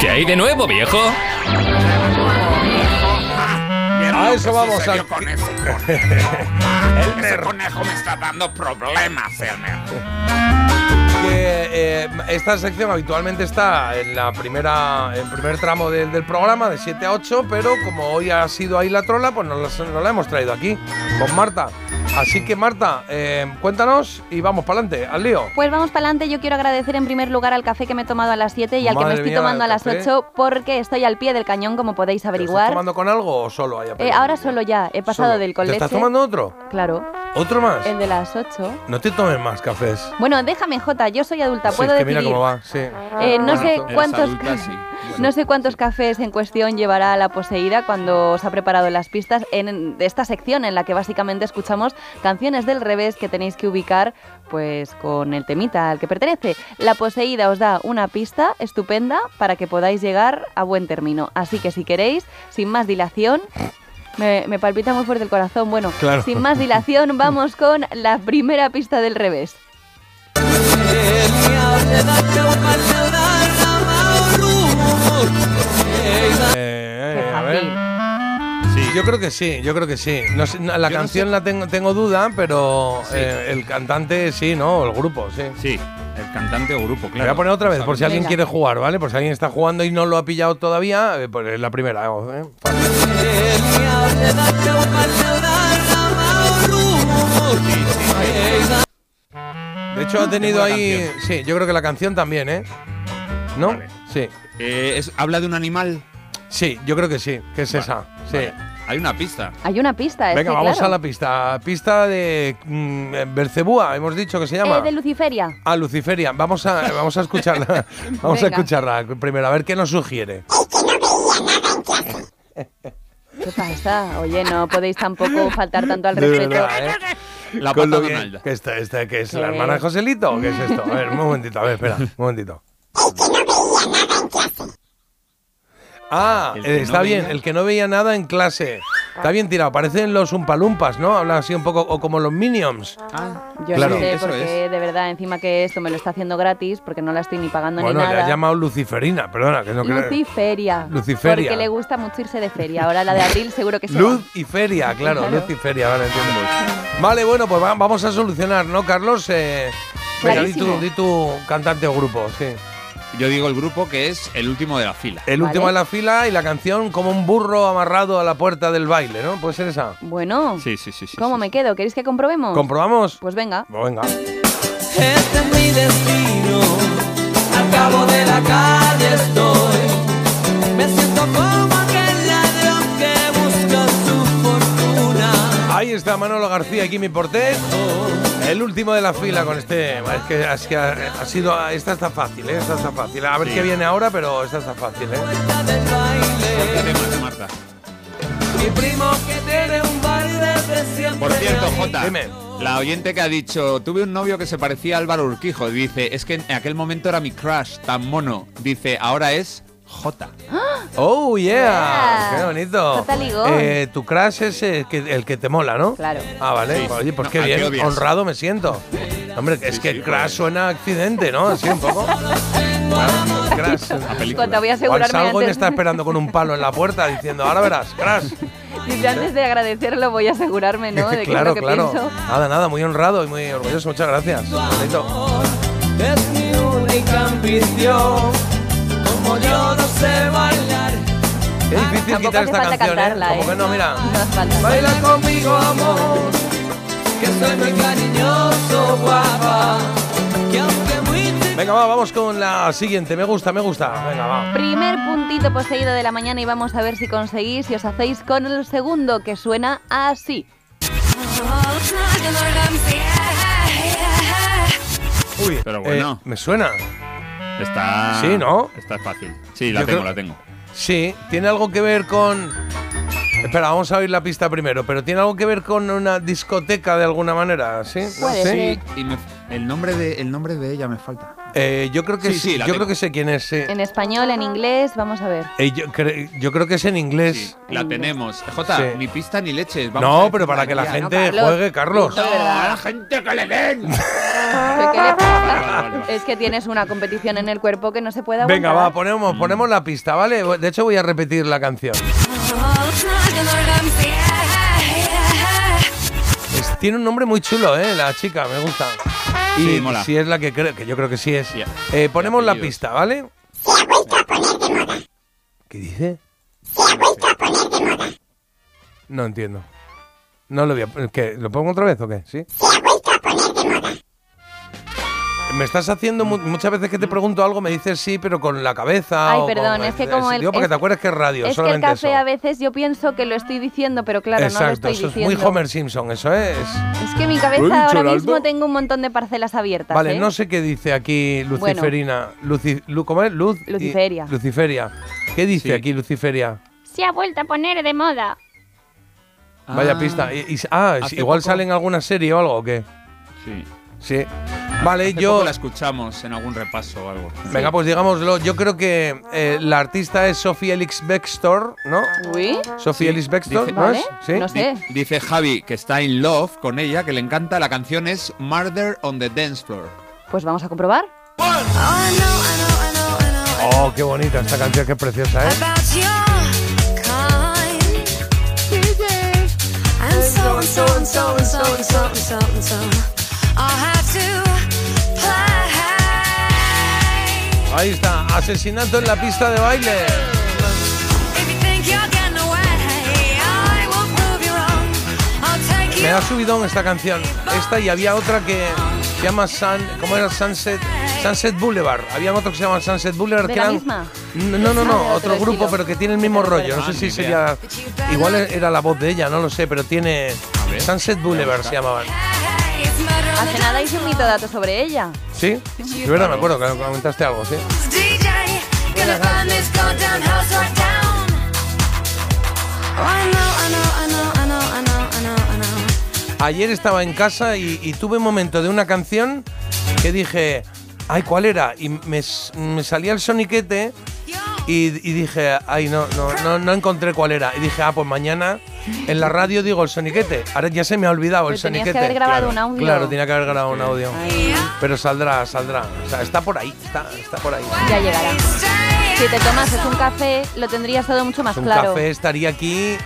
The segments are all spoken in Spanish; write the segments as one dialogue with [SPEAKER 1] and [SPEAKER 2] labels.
[SPEAKER 1] ¿Qué hay de nuevo, viejo?
[SPEAKER 2] A eso vamos a...
[SPEAKER 3] Con ese conejo. ese conejo me está dando problemas, Elmer.
[SPEAKER 2] Que, eh, esta sección habitualmente está en la primera, el primer tramo del, del programa, de 7 a 8, pero como hoy ha sido ahí la trola, pues nos la, nos la hemos traído aquí con Marta. Así que Marta, eh, cuéntanos y vamos para adelante, al lío.
[SPEAKER 4] Pues vamos para adelante. Yo quiero agradecer en primer lugar al café que me he tomado a las 7 y al que me
[SPEAKER 2] Madre
[SPEAKER 4] estoy
[SPEAKER 2] mía,
[SPEAKER 4] tomando a
[SPEAKER 2] el
[SPEAKER 4] las
[SPEAKER 2] café.
[SPEAKER 4] 8 porque estoy al pie del cañón, como podéis
[SPEAKER 2] ¿Te ¿Estás
[SPEAKER 4] averiguar.
[SPEAKER 2] tomando con algo o solo hay
[SPEAKER 4] Eh,
[SPEAKER 2] aperitivo?
[SPEAKER 4] ahora solo ya, he pasado
[SPEAKER 2] Solo.
[SPEAKER 4] del colegio.
[SPEAKER 2] ¿Te estás tomando otro?
[SPEAKER 4] Claro,
[SPEAKER 2] ¿Otro más?
[SPEAKER 4] el de las 8.
[SPEAKER 2] No te tomes más cafés.
[SPEAKER 4] Bueno, déjame, Jota, yo soy adulta,
[SPEAKER 2] Sí,
[SPEAKER 4] puedo
[SPEAKER 2] es que
[SPEAKER 4] decidir.
[SPEAKER 2] mira cómo va, sí.
[SPEAKER 4] Eh, no sé
[SPEAKER 2] Bueno,
[SPEAKER 4] cuántos
[SPEAKER 5] adulta, sí.
[SPEAKER 4] no sé cuántos cafés en cuestión llevará la poseída cuando os ha preparado las pistas en- en de esta sección en la que básicamente escuchamos canciones del revés que tenéis que ubicar pues con el temita al que pertenece. La poseída os da una pista estupenda para que podáis llegar a buen término. Así que si queréis, sin más dilación, me, me palpita muy fuerte el corazón. Bueno,
[SPEAKER 2] Claro.
[SPEAKER 4] sin más dilación, vamos con la primera pista del revés.
[SPEAKER 2] Eh,
[SPEAKER 4] Qué
[SPEAKER 2] eh, a ver.
[SPEAKER 4] fácil.
[SPEAKER 2] Yo creo que sí, yo creo que sí. No sé, na- la
[SPEAKER 5] Yo no
[SPEAKER 2] canción
[SPEAKER 5] sé.
[SPEAKER 2] la tengo, tengo duda, pero eh, el cantante sí, ¿no? O el grupo, sí.
[SPEAKER 5] Sí, el cantante o grupo,
[SPEAKER 2] Le voy
[SPEAKER 5] claro.
[SPEAKER 2] a poner otra vez, por si alguien
[SPEAKER 4] Venga.
[SPEAKER 2] quiere jugar, ¿vale? Por si alguien está jugando y no lo ha pillado todavía, eh, pues es la primera. ¿eh? De hecho, ha tenido
[SPEAKER 5] Tengo la
[SPEAKER 2] ahí.
[SPEAKER 5] canción.
[SPEAKER 2] Sí, yo creo que la canción también, ¿eh? ¿No?
[SPEAKER 5] Vale.
[SPEAKER 2] Sí.
[SPEAKER 5] Eh, es- Habla de un animal.
[SPEAKER 2] Sí, yo creo que sí, que es
[SPEAKER 5] Vale,
[SPEAKER 2] esa. Sí.
[SPEAKER 5] Vale, Hay una pista.
[SPEAKER 4] Hay una pista, es
[SPEAKER 2] Venga,
[SPEAKER 4] que,
[SPEAKER 2] vamos
[SPEAKER 4] claro.
[SPEAKER 2] a la pista. Pista de mm, Bercebúa, hemos dicho que se llama.
[SPEAKER 4] Eh, de Luciferia.
[SPEAKER 2] Ah, Luciferia, vamos a, vamos a escucharla. vamos a
[SPEAKER 4] Venga.
[SPEAKER 2] escucharla primero, a ver qué nos sugiere.
[SPEAKER 4] ¿Qué pasa? Oye, no podéis tampoco faltar tanto al respeto.
[SPEAKER 5] La
[SPEAKER 2] Con
[SPEAKER 5] pata
[SPEAKER 2] lo
[SPEAKER 5] de
[SPEAKER 2] bien
[SPEAKER 5] Donalda.
[SPEAKER 2] que está, está- que es
[SPEAKER 4] ¿Qué?
[SPEAKER 2] la hermana de Joselito, ¿o ¿qué es esto? A ver, un momentito, a ver, espera, un momentito. Ah,
[SPEAKER 5] El que
[SPEAKER 2] eh, está
[SPEAKER 5] no
[SPEAKER 2] bien,
[SPEAKER 5] veía.
[SPEAKER 2] el que no veía nada en clase. Está bien tirado, parecen los umpalumpas, ¿no? Hablan así un poco, o como los minions.
[SPEAKER 5] Ah,
[SPEAKER 4] Yo
[SPEAKER 2] Claro.
[SPEAKER 4] no sé,
[SPEAKER 5] Eso
[SPEAKER 4] porque de verdad, encima que esto me lo está haciendo gratis, porque no la estoy ni pagando
[SPEAKER 2] bueno,
[SPEAKER 4] ni
[SPEAKER 2] le
[SPEAKER 4] nada.
[SPEAKER 2] has llamado Luciferina, perdona, que no creo.
[SPEAKER 4] Luciferia.
[SPEAKER 2] Luciferia.
[SPEAKER 4] Porque le gusta mucho irse de feria. Ahora la de abril seguro que se
[SPEAKER 2] Luz
[SPEAKER 4] va.
[SPEAKER 2] y feria, claro,
[SPEAKER 4] Claro.
[SPEAKER 2] luz y feria, vale, entiendo. Vale, bueno, pues va- vamos a solucionar, ¿no, Carlos? Eh, venga, di tu,
[SPEAKER 4] Clarísimo.
[SPEAKER 2] di tu cantante o grupo, sí.
[SPEAKER 5] Yo digo el grupo que es el último de la fila.
[SPEAKER 2] El
[SPEAKER 4] Vale.
[SPEAKER 2] último de la fila y la canción como un burro amarrado a la puerta del baile, ¿no? Puede ser esa.
[SPEAKER 4] Bueno,
[SPEAKER 5] Sí, sí, sí. sí
[SPEAKER 4] ¿cómo
[SPEAKER 5] sí,
[SPEAKER 4] me quedo? ¿Queréis que comprobemos?
[SPEAKER 2] ¿Comprobamos?
[SPEAKER 4] pues venga.
[SPEAKER 2] Pues venga.
[SPEAKER 6] Este es mi destino, al cabo de la calle estoy. Me siento como aquel ladrón que busca su fortuna.
[SPEAKER 2] Ahí está Manolo García y Kimi Portés. El último de la fila con este. Es que, es que ha, ha sido. Esta está fácil, ¿eh? Esta está fácil. A ver
[SPEAKER 5] Sí.
[SPEAKER 2] qué viene ahora, pero esta está fácil, ¿eh?
[SPEAKER 6] Vuelta del
[SPEAKER 5] ¿Qué
[SPEAKER 6] baile,
[SPEAKER 5] tema, Marta?
[SPEAKER 6] mi primo que tiene un bar desde siempre.
[SPEAKER 5] Por cierto, Jota,
[SPEAKER 2] Dime.
[SPEAKER 5] la oyente que ha dicho, tuve un novio que se parecía a Álvaro Urquijo. Dice, es que en aquel momento era mi crush, tan mono. Dice, ahora es Jota.
[SPEAKER 2] ¡Oh, yeah!
[SPEAKER 4] Yeah.
[SPEAKER 2] ¡Qué bonito!
[SPEAKER 4] Total ligón.
[SPEAKER 2] Eh, tu crush es el que, el que te mola, ¿no?
[SPEAKER 4] Claro.
[SPEAKER 2] Ah, vale.
[SPEAKER 5] Sí.
[SPEAKER 2] Oye, pues
[SPEAKER 5] No,
[SPEAKER 2] qué
[SPEAKER 5] ¿a qué
[SPEAKER 2] bien.
[SPEAKER 5] odias?
[SPEAKER 2] Honrado me siento. Hombre, es que
[SPEAKER 5] sí,
[SPEAKER 2] crash crush
[SPEAKER 5] joder.
[SPEAKER 2] suena a accidente, ¿no? Así un poco. Claro, crush.
[SPEAKER 5] película.
[SPEAKER 4] Jota, voy a
[SPEAKER 2] Igual
[SPEAKER 4] asegurarme
[SPEAKER 2] salgo y me
[SPEAKER 4] antes.
[SPEAKER 2] está esperando con un palo en la puerta diciendo, ahora verás, crash.
[SPEAKER 4] Dice, antes de agradecerlo voy a asegurarme, ¿no? De que es
[SPEAKER 2] claro,
[SPEAKER 4] lo que
[SPEAKER 2] claro.
[SPEAKER 4] pienso.
[SPEAKER 2] Nada, nada, muy honrado y muy orgulloso. Muchas gracias. Bonito.
[SPEAKER 6] Es mi única ambición. Como yo no sé bailar,
[SPEAKER 2] Es difícil
[SPEAKER 4] Tampoco
[SPEAKER 2] quitar
[SPEAKER 4] hace
[SPEAKER 2] esta
[SPEAKER 4] falta
[SPEAKER 2] canción,
[SPEAKER 4] cantarla,
[SPEAKER 2] ¿eh? Como
[SPEAKER 4] ¿eh?
[SPEAKER 2] que no, mira.
[SPEAKER 4] No hace falta.
[SPEAKER 6] baila conmigo, amor. Que soy muy cariñoso, guapa. Que aunque muy te
[SPEAKER 2] Venga, va, vamos con la siguiente. Me gusta, me gusta. Venga, va.
[SPEAKER 4] Primer puntito poseído de la mañana y vamos a ver si conseguís, si os hacéis con el segundo que suena así.
[SPEAKER 2] Uy, eh,
[SPEAKER 5] Pero bueno.
[SPEAKER 2] me suena.
[SPEAKER 5] Está...
[SPEAKER 2] Sí, ¿no?
[SPEAKER 5] Está fácil. Sí, la
[SPEAKER 2] Yo
[SPEAKER 5] tengo,
[SPEAKER 2] creo-
[SPEAKER 5] la tengo.
[SPEAKER 2] Sí, tiene algo que ver con. Espera, vamos a oír la pista primero, pero tiene algo que ver con una discoteca de alguna manera, ¿sí?
[SPEAKER 4] Puede
[SPEAKER 2] ¿Sí?
[SPEAKER 4] ser.
[SPEAKER 5] Y me- el, nombre de, el nombre de ella me falta.
[SPEAKER 2] Eh, yo creo que
[SPEAKER 5] Sí,
[SPEAKER 2] sí,
[SPEAKER 5] sí, la
[SPEAKER 2] yo
[SPEAKER 5] tengo.
[SPEAKER 2] creo que sé quién es, sí.
[SPEAKER 4] En español, en inglés, vamos a ver.
[SPEAKER 2] Eh, yo, cre- yo creo que es en inglés.
[SPEAKER 5] La tenemos. Jota,
[SPEAKER 2] Sí.
[SPEAKER 5] ni pista ni leches. Vamos a
[SPEAKER 2] No,
[SPEAKER 5] ver
[SPEAKER 2] pero
[SPEAKER 5] quién
[SPEAKER 2] para que la
[SPEAKER 5] ganaría.
[SPEAKER 2] gente
[SPEAKER 4] Carlos.
[SPEAKER 2] juegue, Carlos.
[SPEAKER 4] No, de verdad.
[SPEAKER 5] ¡A la gente que le den!
[SPEAKER 4] Pero ¿qué
[SPEAKER 2] Ah.
[SPEAKER 4] le pasa?
[SPEAKER 5] vale, vale.
[SPEAKER 4] Es que tienes una competición en el cuerpo que no se puede aguantar.
[SPEAKER 2] Venga, va, ponemos, ponemos la pista, ¿vale? De hecho, voy a repetir la canción. Es- tiene un nombre muy chulo, ¿eh? La chica, me gusta. Y
[SPEAKER 5] Sí, mola.
[SPEAKER 2] si es la que creo, que yo creo que sí es.
[SPEAKER 5] Ya.
[SPEAKER 2] Eh, ponemos
[SPEAKER 5] Y
[SPEAKER 2] la
[SPEAKER 5] apellidos.
[SPEAKER 2] pista, ¿vale? ¿Qué dice? No entiendo. No lo voy a... ¿qué? ¿Lo pongo otra vez o qué? ¿Sí? Me estás haciendo mu- muchas veces que te pregunto algo, me dices sí, pero con la cabeza.
[SPEAKER 4] Ay,
[SPEAKER 2] o con-
[SPEAKER 4] perdón, es que como el-
[SPEAKER 2] digo, para que
[SPEAKER 4] es-
[SPEAKER 2] te acuerdes que es radio,
[SPEAKER 4] Es que el
[SPEAKER 2] solamente
[SPEAKER 4] café
[SPEAKER 2] eso.
[SPEAKER 4] a veces yo pienso que lo estoy diciendo, pero claro,
[SPEAKER 2] Exacto,
[SPEAKER 4] no lo estoy
[SPEAKER 2] eso
[SPEAKER 4] diciendo.
[SPEAKER 2] es muy Homer Simpson, eso es.
[SPEAKER 4] Es que mi cabeza ahora mismo tengo un montón de parcelas abiertas.
[SPEAKER 2] Vale,
[SPEAKER 4] ¿eh?
[SPEAKER 2] no sé qué dice aquí Luciferina. Luci- Lu- ¿Cómo es? Luz y-
[SPEAKER 4] Luciferia.
[SPEAKER 2] Luciferia. ¿Qué dice
[SPEAKER 5] Sí.
[SPEAKER 2] aquí Luciferia?
[SPEAKER 1] Se ha vuelto a poner de moda.
[SPEAKER 2] Vaya pista. Y- y- ah, es-
[SPEAKER 5] Hace
[SPEAKER 2] igual
[SPEAKER 5] poco-
[SPEAKER 2] sale en alguna serie o algo o qué.
[SPEAKER 5] Sí.
[SPEAKER 2] Sí. Vale,
[SPEAKER 5] Hace
[SPEAKER 2] yo.
[SPEAKER 5] poco la escuchamos en algún repaso o algo.
[SPEAKER 2] Venga, pues digámoslo. Yo creo que eh, la artista es Sophie Elix Bextor, ¿no?
[SPEAKER 4] Uy,
[SPEAKER 2] Sophie Elix Bextor,
[SPEAKER 5] dice-
[SPEAKER 2] ¿no
[SPEAKER 4] Vale,
[SPEAKER 2] es? Sí.
[SPEAKER 4] no sé.
[SPEAKER 5] Di- Dice Javi que está in love con ella, que le encanta. La canción es Murder on the Dance Floor.
[SPEAKER 4] pues vamos a comprobar.
[SPEAKER 2] Oh, qué bonita esta canción, qué preciosa, ¿eh? Ahí está, asesinato en la pista de baile. Me ha subido esta canción. Esta y había otra que se llama Sun, ¿cómo era? Sunset, Sunset Boulevard. Había otro que se llama Sunset Boulevard.
[SPEAKER 4] ¿De
[SPEAKER 2] que
[SPEAKER 4] la
[SPEAKER 2] eran-
[SPEAKER 4] misma?
[SPEAKER 2] No, no, no,
[SPEAKER 4] Ah, de
[SPEAKER 2] no,
[SPEAKER 4] otro
[SPEAKER 2] otro grupo,
[SPEAKER 4] estilo.
[SPEAKER 2] pero que tiene el mismo
[SPEAKER 4] Otro
[SPEAKER 2] rollo. No sé
[SPEAKER 5] estilo.
[SPEAKER 2] si
[SPEAKER 5] Ah, ni
[SPEAKER 2] sería. Igual era la voz de ella, no lo sé, pero tiene.
[SPEAKER 5] A ver.
[SPEAKER 2] Sunset Boulevard se llamaban.
[SPEAKER 4] Hace nada hice un hito dato sobre ella.
[SPEAKER 2] ¿Sí? De verdad me acuerdo que comentaste algo, sí. Ayer estaba en casa y, y tuve un momento de una canción que dije, ay, ¿cuál era? Y me, s- me salía el soniquete y, y dije, ay, no, no, no, no encontré cuál era. Y dije, ah, pues mañana en la radio digo el soniquete. Ahora ya se me ha olvidado el
[SPEAKER 4] Pero tenías que
[SPEAKER 2] soniquete.
[SPEAKER 4] haber grabado un audio.
[SPEAKER 2] Claro, tenía que haber grabado un audio. Pero saldrá, saldrá. O sea, está por ahí, está, está por ahí.
[SPEAKER 4] Ya llegará. Si te tomas un café, lo tendrías todo mucho más
[SPEAKER 2] Un
[SPEAKER 4] claro.
[SPEAKER 2] café estaría aquí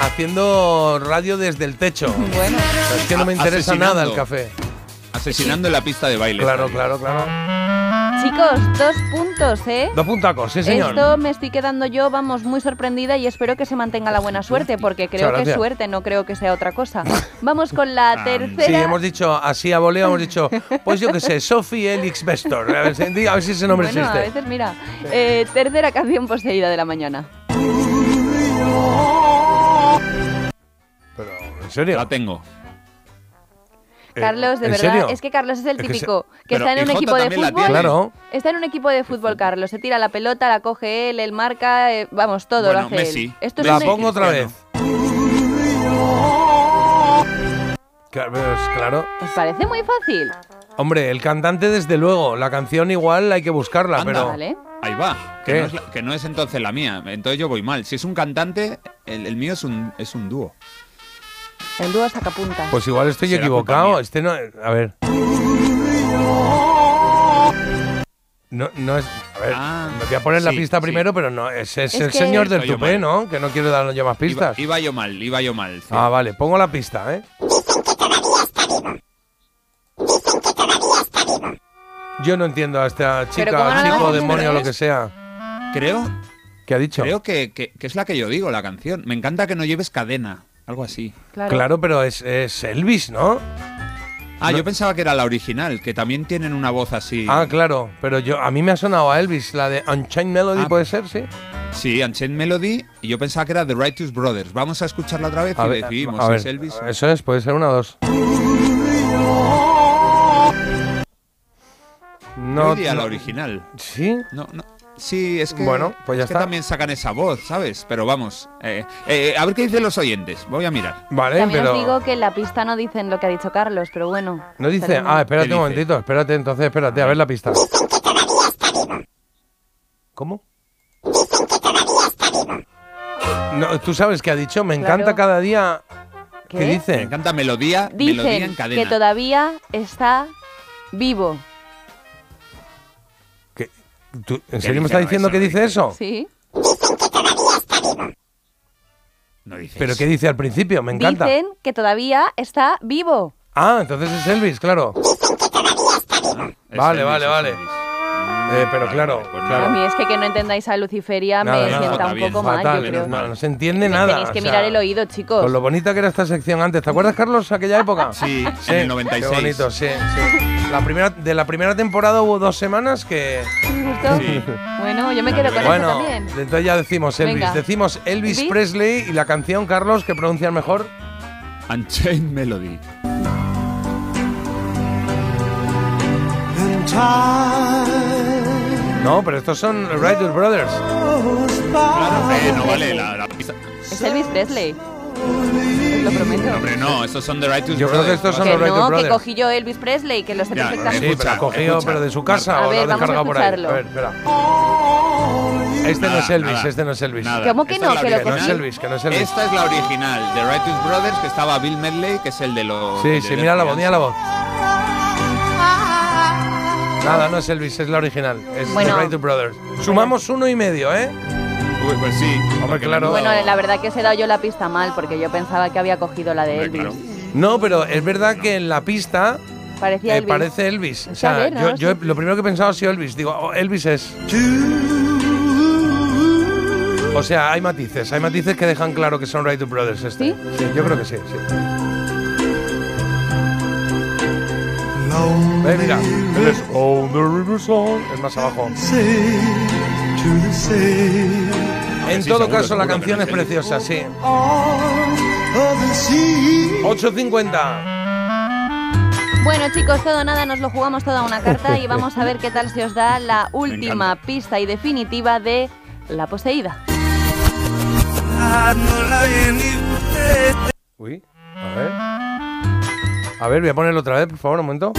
[SPEAKER 2] haciendo radio desde el techo.
[SPEAKER 4] Bueno,
[SPEAKER 2] O sea, es que no me
[SPEAKER 5] A-
[SPEAKER 2] interesa
[SPEAKER 5] asesinando.
[SPEAKER 2] nada el café.
[SPEAKER 5] Asesinando en la pista de baile.
[SPEAKER 2] Claro, claro, claro.
[SPEAKER 4] chicos, dos puntos, ¿eh?
[SPEAKER 2] Dos puntacos, sí, señor.
[SPEAKER 4] Esto me estoy quedando yo, vamos, muy sorprendida y espero que se mantenga la buena suerte, porque creo que es
[SPEAKER 2] gracias. Ah,
[SPEAKER 4] suerte, no creo que sea otra cosa. Vamos con la tercera.
[SPEAKER 2] Sí, hemos dicho así a voleo, hemos dicho, pues yo qué sé, Sophie Elix Bestor. A ver, si- a ver si ese nombre
[SPEAKER 4] bueno, a
[SPEAKER 2] existe.
[SPEAKER 4] veces, mira. Eh, tercera canción poseída de la mañana.
[SPEAKER 2] Pero, ¿en serio?
[SPEAKER 5] La tengo.
[SPEAKER 2] Eh,
[SPEAKER 4] Carlos, de
[SPEAKER 2] ¿en
[SPEAKER 4] verdad,
[SPEAKER 2] serio?
[SPEAKER 4] es que Carlos es el
[SPEAKER 2] Es que se-
[SPEAKER 4] típico que,
[SPEAKER 5] Pero,
[SPEAKER 4] está en
[SPEAKER 5] y
[SPEAKER 4] un
[SPEAKER 5] Jota
[SPEAKER 4] equipo de
[SPEAKER 5] también la
[SPEAKER 4] fútbol.
[SPEAKER 5] tiene.
[SPEAKER 2] Claro.
[SPEAKER 4] Está en un equipo de fútbol, Carlos. Se tira la pelota, la coge él, él marca, eh, vamos, todo
[SPEAKER 5] Bueno,
[SPEAKER 4] lo hace
[SPEAKER 5] Messi.
[SPEAKER 4] él. Esto es
[SPEAKER 2] La
[SPEAKER 4] un-
[SPEAKER 2] pongo otra vez.
[SPEAKER 5] Cristiano.
[SPEAKER 2] Claro, pues, claro.
[SPEAKER 4] Os parece muy fácil.
[SPEAKER 2] Hombre, el cantante desde luego, la canción igual hay que buscarla,
[SPEAKER 5] Anda.
[SPEAKER 2] pero
[SPEAKER 4] Vale.
[SPEAKER 5] Ah, Ahí va.
[SPEAKER 2] ¿Qué?
[SPEAKER 5] Que no, es la- que no es entonces la mía. Entonces yo voy mal. Si es un cantante, el, el mío es un, es un dúo.
[SPEAKER 4] El dúo sacapuntas.
[SPEAKER 2] pues igual estoy
[SPEAKER 5] Será culpa
[SPEAKER 2] equivocado.
[SPEAKER 5] mía.
[SPEAKER 2] Este no, a ver. No, no es. A ver,
[SPEAKER 5] Ah,
[SPEAKER 2] me voy a poner la
[SPEAKER 5] sí,
[SPEAKER 2] pista
[SPEAKER 5] sí.
[SPEAKER 2] primero, pero no, es, es
[SPEAKER 4] Es
[SPEAKER 2] el
[SPEAKER 4] que-
[SPEAKER 2] señor del
[SPEAKER 5] Soy yo
[SPEAKER 2] tupé,
[SPEAKER 5] mal.
[SPEAKER 2] ¿no? Que no quiero dar yo más
[SPEAKER 5] Iba,
[SPEAKER 2] pistas.
[SPEAKER 5] iba yo mal, iba yo mal. sí.
[SPEAKER 2] Ah, vale, pongo la pista, ¿eh? Yo no entiendo a esta chica,
[SPEAKER 4] ¿cómo no la vas
[SPEAKER 2] chico,
[SPEAKER 4] a
[SPEAKER 2] demonio,
[SPEAKER 5] entender?
[SPEAKER 2] lo que sea.
[SPEAKER 5] Creo,
[SPEAKER 2] ¿Qué ha dicho?
[SPEAKER 5] creo que, que- que es la que yo digo, la canción. Me encanta que no lleves cadena. Algo así.
[SPEAKER 4] claro.
[SPEAKER 2] Claro, pero es, es Elvis, ¿no?
[SPEAKER 5] Ah,
[SPEAKER 2] No.
[SPEAKER 5] yo pensaba que era la original, que también tienen una voz así.
[SPEAKER 2] Ah, claro, pero yo a mí me ha sonado a Elvis, la de Unchained Melody,
[SPEAKER 5] Ah.
[SPEAKER 2] ¿puede ser? Sí.
[SPEAKER 5] Sí, Unchained Melody, y yo pensaba que era The Righteous Brothers. Vamos a escucharla otra vez
[SPEAKER 2] A
[SPEAKER 5] y
[SPEAKER 2] ver,
[SPEAKER 5] decidimos
[SPEAKER 2] a
[SPEAKER 5] si
[SPEAKER 2] ver,
[SPEAKER 5] es Elvis. o-
[SPEAKER 2] Eso es, puede ser una o dos. No,
[SPEAKER 5] Yo diría la
[SPEAKER 2] no-
[SPEAKER 5] original.
[SPEAKER 2] ¿Sí?
[SPEAKER 5] No, no. Sí, es que,
[SPEAKER 2] Bueno, pues ya
[SPEAKER 5] es que
[SPEAKER 2] está.
[SPEAKER 5] también sacan esa voz, ¿sabes? Pero vamos, eh, eh, a ver qué dicen los oyentes. Voy a mirar.
[SPEAKER 2] Vale,
[SPEAKER 4] También
[SPEAKER 2] pero.
[SPEAKER 4] os digo que en la pista no dicen lo que ha dicho Carlos, pero bueno.
[SPEAKER 2] No dice.
[SPEAKER 4] Salimos.
[SPEAKER 2] Ah, espérate
[SPEAKER 5] ¿Qué
[SPEAKER 2] un
[SPEAKER 5] dice?
[SPEAKER 2] momentito, espérate, entonces, espérate, a ver la pista. ¿Cómo? No, tú sabes que ha dicho, me encanta
[SPEAKER 4] Claro.
[SPEAKER 2] cada día. ¿Qué,
[SPEAKER 4] ¿Qué?
[SPEAKER 5] Me
[SPEAKER 2] dice?
[SPEAKER 5] encanta melodía, melodía en
[SPEAKER 4] Dicen
[SPEAKER 5] cadena.
[SPEAKER 4] que todavía está vivo.
[SPEAKER 2] ¿Qué- tú- ¿En serio
[SPEAKER 3] dice?
[SPEAKER 2] me está
[SPEAKER 3] No,
[SPEAKER 2] diciendo
[SPEAKER 3] eso
[SPEAKER 2] que
[SPEAKER 3] no
[SPEAKER 2] dice
[SPEAKER 3] dice.
[SPEAKER 2] eso?
[SPEAKER 4] Sí.
[SPEAKER 5] No dices.
[SPEAKER 2] ¿Pero qué dice al principio? Me encanta.
[SPEAKER 4] Dicen que todavía está vivo.
[SPEAKER 2] Ah, entonces es Elvis, claro.
[SPEAKER 5] Es
[SPEAKER 2] Vale,
[SPEAKER 5] Elvis,
[SPEAKER 2] vale,
[SPEAKER 5] es
[SPEAKER 2] vale.
[SPEAKER 5] Elvis.
[SPEAKER 2] Eh, pero claro,
[SPEAKER 5] pues
[SPEAKER 4] A
[SPEAKER 2] claro.
[SPEAKER 4] mí es que que no entendáis a Luciferia
[SPEAKER 2] Nada,
[SPEAKER 4] me
[SPEAKER 2] nada,
[SPEAKER 4] sienta
[SPEAKER 5] está
[SPEAKER 4] un
[SPEAKER 5] bien,
[SPEAKER 4] poco mal,
[SPEAKER 2] Fatal,
[SPEAKER 4] yo
[SPEAKER 2] no,
[SPEAKER 4] creo.
[SPEAKER 2] no, no se entiende
[SPEAKER 4] Me
[SPEAKER 2] nada.
[SPEAKER 4] Tenéis
[SPEAKER 2] o
[SPEAKER 4] que
[SPEAKER 2] sea,
[SPEAKER 4] mirar el oído, chicos.
[SPEAKER 2] Con lo bonita que era esta sección antes, ¿te acuerdas, Carlos, aquella época?
[SPEAKER 5] Sí, en el 96.
[SPEAKER 2] Qué bonito, sí, sí. La primera, de la primera temporada hubo dos semanas que.
[SPEAKER 4] ¿Os gustó?
[SPEAKER 5] Sí.
[SPEAKER 4] Bueno, yo me quedo con eso
[SPEAKER 2] bueno,
[SPEAKER 4] también.
[SPEAKER 2] entonces ya decimos Elvis.
[SPEAKER 4] Venga.
[SPEAKER 2] Decimos Elvis
[SPEAKER 4] Elvis.
[SPEAKER 2] Presley y la canción, Carlos, que pronuncias mejor.
[SPEAKER 5] Unchained Melody.
[SPEAKER 6] And time
[SPEAKER 2] No, pero estos son Writer Brothers.
[SPEAKER 6] goes
[SPEAKER 5] Claro,
[SPEAKER 4] Ah,
[SPEAKER 6] by
[SPEAKER 5] eh, no vale la, la pista.
[SPEAKER 4] Es Elvis Presley. Os lo prometo.
[SPEAKER 5] Hombre, no, estos son The Righteous
[SPEAKER 2] Yo creo
[SPEAKER 5] Brothers.
[SPEAKER 2] que estos son
[SPEAKER 4] que
[SPEAKER 2] los Wright
[SPEAKER 4] no, que
[SPEAKER 2] Brothers.
[SPEAKER 4] cogí yo Elvis Presley, que lo sé
[SPEAKER 5] Ya,
[SPEAKER 2] Sí,
[SPEAKER 4] perfectamente.
[SPEAKER 5] escucha,
[SPEAKER 2] pero la cogió,
[SPEAKER 5] escucha.
[SPEAKER 2] pero de su casa
[SPEAKER 4] A
[SPEAKER 2] o
[SPEAKER 4] ver,
[SPEAKER 2] lo ha
[SPEAKER 4] vamos a
[SPEAKER 2] descargado por ahí.
[SPEAKER 4] escucharlo.
[SPEAKER 2] A ver, espera. Este no
[SPEAKER 5] Nada,
[SPEAKER 2] es Elvis,
[SPEAKER 5] nada.
[SPEAKER 2] este no es Elvis.
[SPEAKER 5] Nada.
[SPEAKER 4] ¿Cómo que
[SPEAKER 5] Esta
[SPEAKER 4] no?
[SPEAKER 5] la
[SPEAKER 4] Que lo
[SPEAKER 5] original.
[SPEAKER 2] conocí. No es Elvis, que no es Elvis.
[SPEAKER 5] Esta es la original, The Righteous Brothers, que estaba Bill Medley, que es el de los.
[SPEAKER 2] Sí,
[SPEAKER 5] el
[SPEAKER 2] sí,
[SPEAKER 5] de
[SPEAKER 2] mira la voz,
[SPEAKER 5] Beatles.
[SPEAKER 2] mira la voz. Nada, no es Elvis, es la original. Es
[SPEAKER 4] Bueno.
[SPEAKER 2] The Wright Brothers. Sumamos uno y medio, ¿eh?
[SPEAKER 5] Uy, pues sí. porque
[SPEAKER 2] claro.
[SPEAKER 5] menudo-
[SPEAKER 4] Bueno, la verdad que os he dado yo la pista mal, porque yo pensaba que había cogido la de
[SPEAKER 5] Hombre,
[SPEAKER 4] Elvis.
[SPEAKER 5] claro.
[SPEAKER 2] No, pero es verdad que en la pista
[SPEAKER 4] Parecía
[SPEAKER 2] eh,
[SPEAKER 4] Elvis.
[SPEAKER 2] parece Elvis. O
[SPEAKER 4] Es que,
[SPEAKER 2] sea,
[SPEAKER 4] a ver, no
[SPEAKER 2] yo,
[SPEAKER 4] lo
[SPEAKER 2] yo
[SPEAKER 4] sé.
[SPEAKER 2] lo primero que he pensado ha sido Elvis. Digo, oh, Elvis es. O sea, hay matices, hay matices que dejan claro que son Right to Brothers. Este.
[SPEAKER 4] ¿Sí?
[SPEAKER 2] yo creo que sí. sí. Ve, mira, él es On the River Song, es más abajo. En
[SPEAKER 5] sí,
[SPEAKER 2] todo
[SPEAKER 5] seguro,
[SPEAKER 2] caso, la
[SPEAKER 5] seguro que
[SPEAKER 2] canción
[SPEAKER 5] no
[SPEAKER 2] es
[SPEAKER 5] es Elvis.
[SPEAKER 2] preciosa, sí. 8.50.
[SPEAKER 4] Bueno, chicos, todo o nada, nos lo jugamos toda una carta y vamos a ver qué tal se os da la última
[SPEAKER 5] encanta.
[SPEAKER 4] pista y definitiva de La Poseída.
[SPEAKER 2] Uy, a ver. A ver, voy a ponerlo otra vez, por favor, un momento.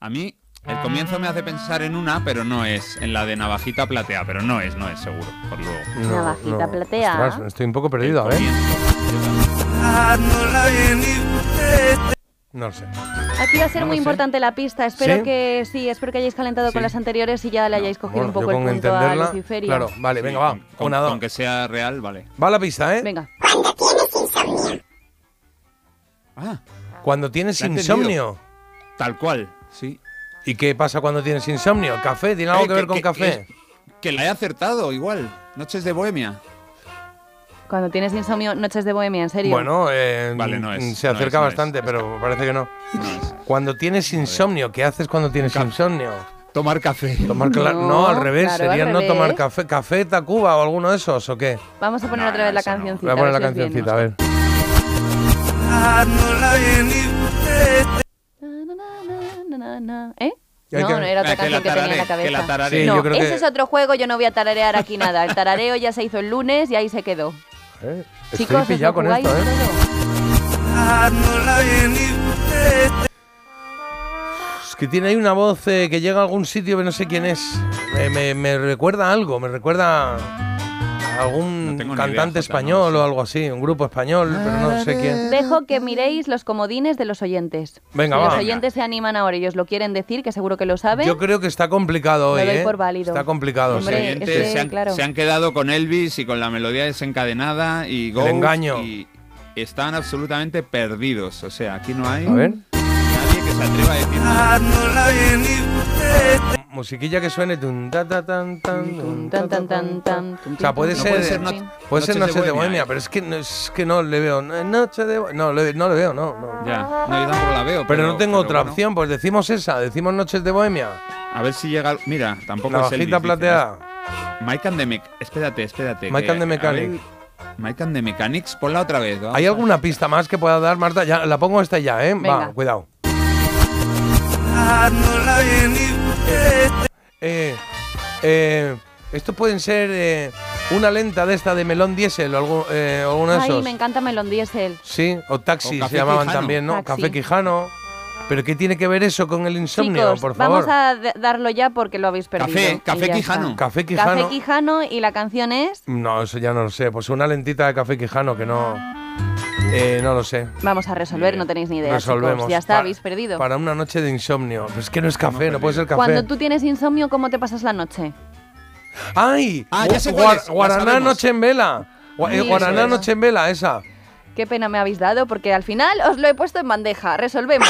[SPEAKER 5] A mí, el comienzo me hace pensar en una, pero no es. En la de Navajita Platea, pero no es, no es seguro. Por luego.
[SPEAKER 4] Navajita platea.
[SPEAKER 2] Ostras, estoy un poco perdido, a ver. No lo sé.
[SPEAKER 4] Aquí va a ser
[SPEAKER 2] No lo
[SPEAKER 4] muy
[SPEAKER 2] sé.
[SPEAKER 4] importante la pista. Espero
[SPEAKER 2] ¿Sí?
[SPEAKER 4] que sí, espero que hayáis calentado
[SPEAKER 2] Sí.
[SPEAKER 4] con las anteriores y ya le hayáis cogido
[SPEAKER 2] Bueno,
[SPEAKER 4] un poco
[SPEAKER 2] yo
[SPEAKER 4] el
[SPEAKER 2] con
[SPEAKER 4] punto a
[SPEAKER 2] entenderla.
[SPEAKER 4] Luciferia.
[SPEAKER 2] Claro, vale, venga, va.
[SPEAKER 5] Con,
[SPEAKER 2] una, dos.
[SPEAKER 5] aunque sea real, vale.
[SPEAKER 2] Va la pista, ¿eh?
[SPEAKER 4] Venga.
[SPEAKER 5] Ah,
[SPEAKER 2] Cuando tienes
[SPEAKER 5] La he
[SPEAKER 2] insomnio.
[SPEAKER 5] tal cual. Eh, Sí.
[SPEAKER 2] ¿Y qué pasa cuando tienes insomnio? ¿Café? ¿Tiene algo
[SPEAKER 5] Eh,
[SPEAKER 2] que ver con café?
[SPEAKER 5] es- que la he acertado, igual. Noches de Bohemia.
[SPEAKER 4] Cuando tienes insomnio, noches de bohemia, en serio.
[SPEAKER 2] Bueno, eh,
[SPEAKER 5] Vale, no es,
[SPEAKER 2] se
[SPEAKER 5] no es,
[SPEAKER 2] acerca
[SPEAKER 5] no es.
[SPEAKER 2] bastante, pero parece que no.
[SPEAKER 5] No es.
[SPEAKER 2] Cuando tienes insomnio, ¿qué haces cuando tienes
[SPEAKER 5] Ca-
[SPEAKER 2] insomnio?
[SPEAKER 5] Tomar café.
[SPEAKER 2] Tomar cla- no,
[SPEAKER 4] No,
[SPEAKER 2] al revés,
[SPEAKER 4] claro, al
[SPEAKER 2] sería no
[SPEAKER 4] revés.
[SPEAKER 2] tomar café, café Tacuba o alguno de esos o qué?
[SPEAKER 4] Vamos a poner
[SPEAKER 5] No,
[SPEAKER 4] otra
[SPEAKER 5] no,
[SPEAKER 4] vez la
[SPEAKER 5] eso no.
[SPEAKER 4] cancioncita.
[SPEAKER 2] Voy a poner
[SPEAKER 4] ver
[SPEAKER 2] la
[SPEAKER 4] si os viene.
[SPEAKER 2] cancioncita, a ver.
[SPEAKER 4] Na, na, na, na. ¿Eh?
[SPEAKER 2] Y hay
[SPEAKER 4] No,
[SPEAKER 2] que-
[SPEAKER 4] no era otra
[SPEAKER 5] Eh, que la
[SPEAKER 4] canción que tenía en la
[SPEAKER 5] tararé, que la
[SPEAKER 4] cabeza.
[SPEAKER 5] tararé.
[SPEAKER 2] Sí,
[SPEAKER 4] no,
[SPEAKER 2] Eh, yo creo
[SPEAKER 4] ese
[SPEAKER 2] que-
[SPEAKER 4] es otro juego, yo no voy a tararear aquí nada. El tarareo ya se hizo el lunes y ahí se quedó.
[SPEAKER 2] Eh,
[SPEAKER 4] Chicos,
[SPEAKER 2] Estoy
[SPEAKER 4] ¿os
[SPEAKER 2] pillado
[SPEAKER 4] lo
[SPEAKER 2] con
[SPEAKER 4] jugáis
[SPEAKER 2] esto, ¿eh?
[SPEAKER 4] todo?
[SPEAKER 2] Es que tiene ahí una voz eh, que llega a algún sitio que no sé quién es. Me, me- me recuerda a algo, me recuerda a algún
[SPEAKER 5] No tengo ni idea,
[SPEAKER 2] cantante
[SPEAKER 5] Jota,
[SPEAKER 2] español
[SPEAKER 5] no lo
[SPEAKER 2] o algo así, un grupo español, pero no sé quién.
[SPEAKER 4] Dejo que miréis los comodines de los oyentes.
[SPEAKER 2] Venga,
[SPEAKER 4] Si
[SPEAKER 2] va.
[SPEAKER 4] Los oyentes se animan ahora, ellos lo quieren decir, que seguro que lo saben.
[SPEAKER 2] Yo creo que está complicado
[SPEAKER 4] Lo
[SPEAKER 2] hoy,
[SPEAKER 4] doy
[SPEAKER 2] ¿eh?
[SPEAKER 4] por válido.
[SPEAKER 2] Está complicado,
[SPEAKER 5] Los
[SPEAKER 4] Hombre,
[SPEAKER 2] sí.
[SPEAKER 5] oyentes
[SPEAKER 4] es que,
[SPEAKER 5] se, han,
[SPEAKER 4] claro.
[SPEAKER 5] se han quedado con Elvis y con la melodía desencadenada y Ghost
[SPEAKER 2] engaño.
[SPEAKER 5] Y están absolutamente perdidos. O sea, aquí no hay
[SPEAKER 2] A ver,
[SPEAKER 5] nadie que se atreva a decir.
[SPEAKER 2] musiquilla que suene. Tun, ta, ta, tan, tan,
[SPEAKER 4] Tum, tan, tan, tan, tan, tum,
[SPEAKER 2] O sea,
[SPEAKER 4] tum,
[SPEAKER 2] puede
[SPEAKER 4] tum,
[SPEAKER 2] ser,
[SPEAKER 4] tum,
[SPEAKER 2] puede ser,
[SPEAKER 4] tum,
[SPEAKER 5] no-
[SPEAKER 4] tum.
[SPEAKER 2] Puede ser
[SPEAKER 5] Noches
[SPEAKER 2] Noche
[SPEAKER 5] de
[SPEAKER 2] de
[SPEAKER 5] Bohemia,
[SPEAKER 2] Bohemia,
[SPEAKER 5] ¿eh?
[SPEAKER 2] pero es que no, es que no le veo. No, Noche de Bohemia. No, le- no le veo, no. no.
[SPEAKER 5] Ya, no, yo tampoco la veo.
[SPEAKER 2] Pero, no tengo otra
[SPEAKER 5] bueno.
[SPEAKER 2] opción, pues decimos esa, decimos Noches de Bohemia.
[SPEAKER 5] A ver si llega. Mira, tampoco
[SPEAKER 2] La
[SPEAKER 5] es Elvis.
[SPEAKER 2] bajita
[SPEAKER 5] dice.
[SPEAKER 2] plateada.
[SPEAKER 5] Mike and the Mec- Espérate, espérate.
[SPEAKER 2] Mike
[SPEAKER 5] que-
[SPEAKER 2] and the
[SPEAKER 5] a
[SPEAKER 2] Mechanic.
[SPEAKER 5] ver, Mike and the Mechanics, ponla otra vez. vamos
[SPEAKER 2] ¿Hay
[SPEAKER 5] a-
[SPEAKER 2] alguna pista más que pueda dar, Marta? Ya, la pongo esta ya, ¿eh? Va,
[SPEAKER 4] Venga.
[SPEAKER 2] cuidado.
[SPEAKER 7] verdad Ah, no la vi ni
[SPEAKER 2] Eh, eh, esto pueden ser eh, una lenta de esta de melón diésel o algo, eh, alguna de
[SPEAKER 4] Ay,
[SPEAKER 2] esos.
[SPEAKER 4] me encanta Melon Diesel.
[SPEAKER 2] Sí, o taxi
[SPEAKER 5] O
[SPEAKER 2] se
[SPEAKER 5] Café
[SPEAKER 2] llamaban
[SPEAKER 5] Quijano.
[SPEAKER 2] también, ¿no?
[SPEAKER 4] Taxi.
[SPEAKER 2] Café Quijano. ¿Pero qué tiene que ver eso con el insomnio,
[SPEAKER 4] Chicos,
[SPEAKER 2] por favor?
[SPEAKER 4] vamos a d- darlo ya porque lo habéis perdido.
[SPEAKER 5] Café,
[SPEAKER 4] y
[SPEAKER 5] Café
[SPEAKER 4] ya
[SPEAKER 5] Quijano.
[SPEAKER 4] está.
[SPEAKER 2] Café Quijano.
[SPEAKER 4] Café Quijano y la canción es...
[SPEAKER 2] No, eso ya no lo sé. Pues una lentita de Café Quijano que no. eh, no lo sé.
[SPEAKER 4] Vamos a resolver, no tenéis ni idea. chicos.
[SPEAKER 2] Resolvemos.
[SPEAKER 4] Ya está,
[SPEAKER 2] Pa-
[SPEAKER 4] habéis perdido.
[SPEAKER 2] Para una noche de insomnio. Pues es que no es café, no puede ser café.
[SPEAKER 4] Cuando tú tienes insomnio, ¿cómo te pasas la noche?
[SPEAKER 2] ¡Ay!
[SPEAKER 5] Ah, ya sé
[SPEAKER 2] Gu-
[SPEAKER 5] cuál
[SPEAKER 2] Guar-
[SPEAKER 5] es, la
[SPEAKER 2] Guaraná
[SPEAKER 5] sabemos.
[SPEAKER 2] Noche en Vela. Gua- eh,
[SPEAKER 4] Sí,
[SPEAKER 2] Guaraná
[SPEAKER 4] eso es.
[SPEAKER 2] Noche en Vela, esa.
[SPEAKER 4] Qué pena me habéis dado porque al final os lo he puesto en bandeja. Resolvemos.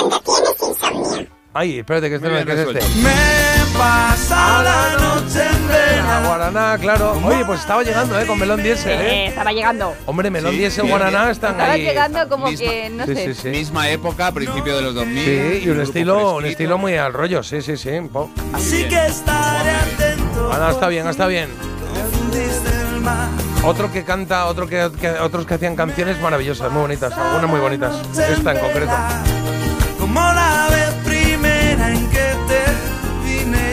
[SPEAKER 2] Ay, espérate, que este
[SPEAKER 5] Muy
[SPEAKER 2] no
[SPEAKER 5] bien
[SPEAKER 2] que es este.
[SPEAKER 5] resuelto.
[SPEAKER 7] Me pasa la noche entera.
[SPEAKER 2] Ah, Guaraná, claro. Oye, pues estaba llegando, ¿eh? Con melón diésel,
[SPEAKER 1] Eh,
[SPEAKER 2] ¿eh?
[SPEAKER 1] estaba llegando.
[SPEAKER 2] Hombre, melón
[SPEAKER 5] Sí,
[SPEAKER 2] diésel,
[SPEAKER 5] bien,
[SPEAKER 2] Guaraná
[SPEAKER 5] bien.
[SPEAKER 2] están
[SPEAKER 4] Estaba
[SPEAKER 2] ahí.
[SPEAKER 4] llegando como
[SPEAKER 5] misma-
[SPEAKER 4] que, no
[SPEAKER 2] Sí,
[SPEAKER 4] sé.
[SPEAKER 2] sí, sí.
[SPEAKER 5] Misma época, principio de los 2000.
[SPEAKER 2] Sí, y un
[SPEAKER 5] grupo
[SPEAKER 2] estilo, un
[SPEAKER 5] fresquito.
[SPEAKER 2] estilo muy al rollo, sí, sí, sí. Po-
[SPEAKER 7] Así que estaré atento.
[SPEAKER 2] Ah, no, está bien, está bien.
[SPEAKER 7] Confundiste el mar.
[SPEAKER 2] Otro que canta, otro que, que- otros que hacían canciones maravillosas, muy bonitas, algunas muy bonitas. Esta en concreto.
[SPEAKER 7] Como la vez primera en que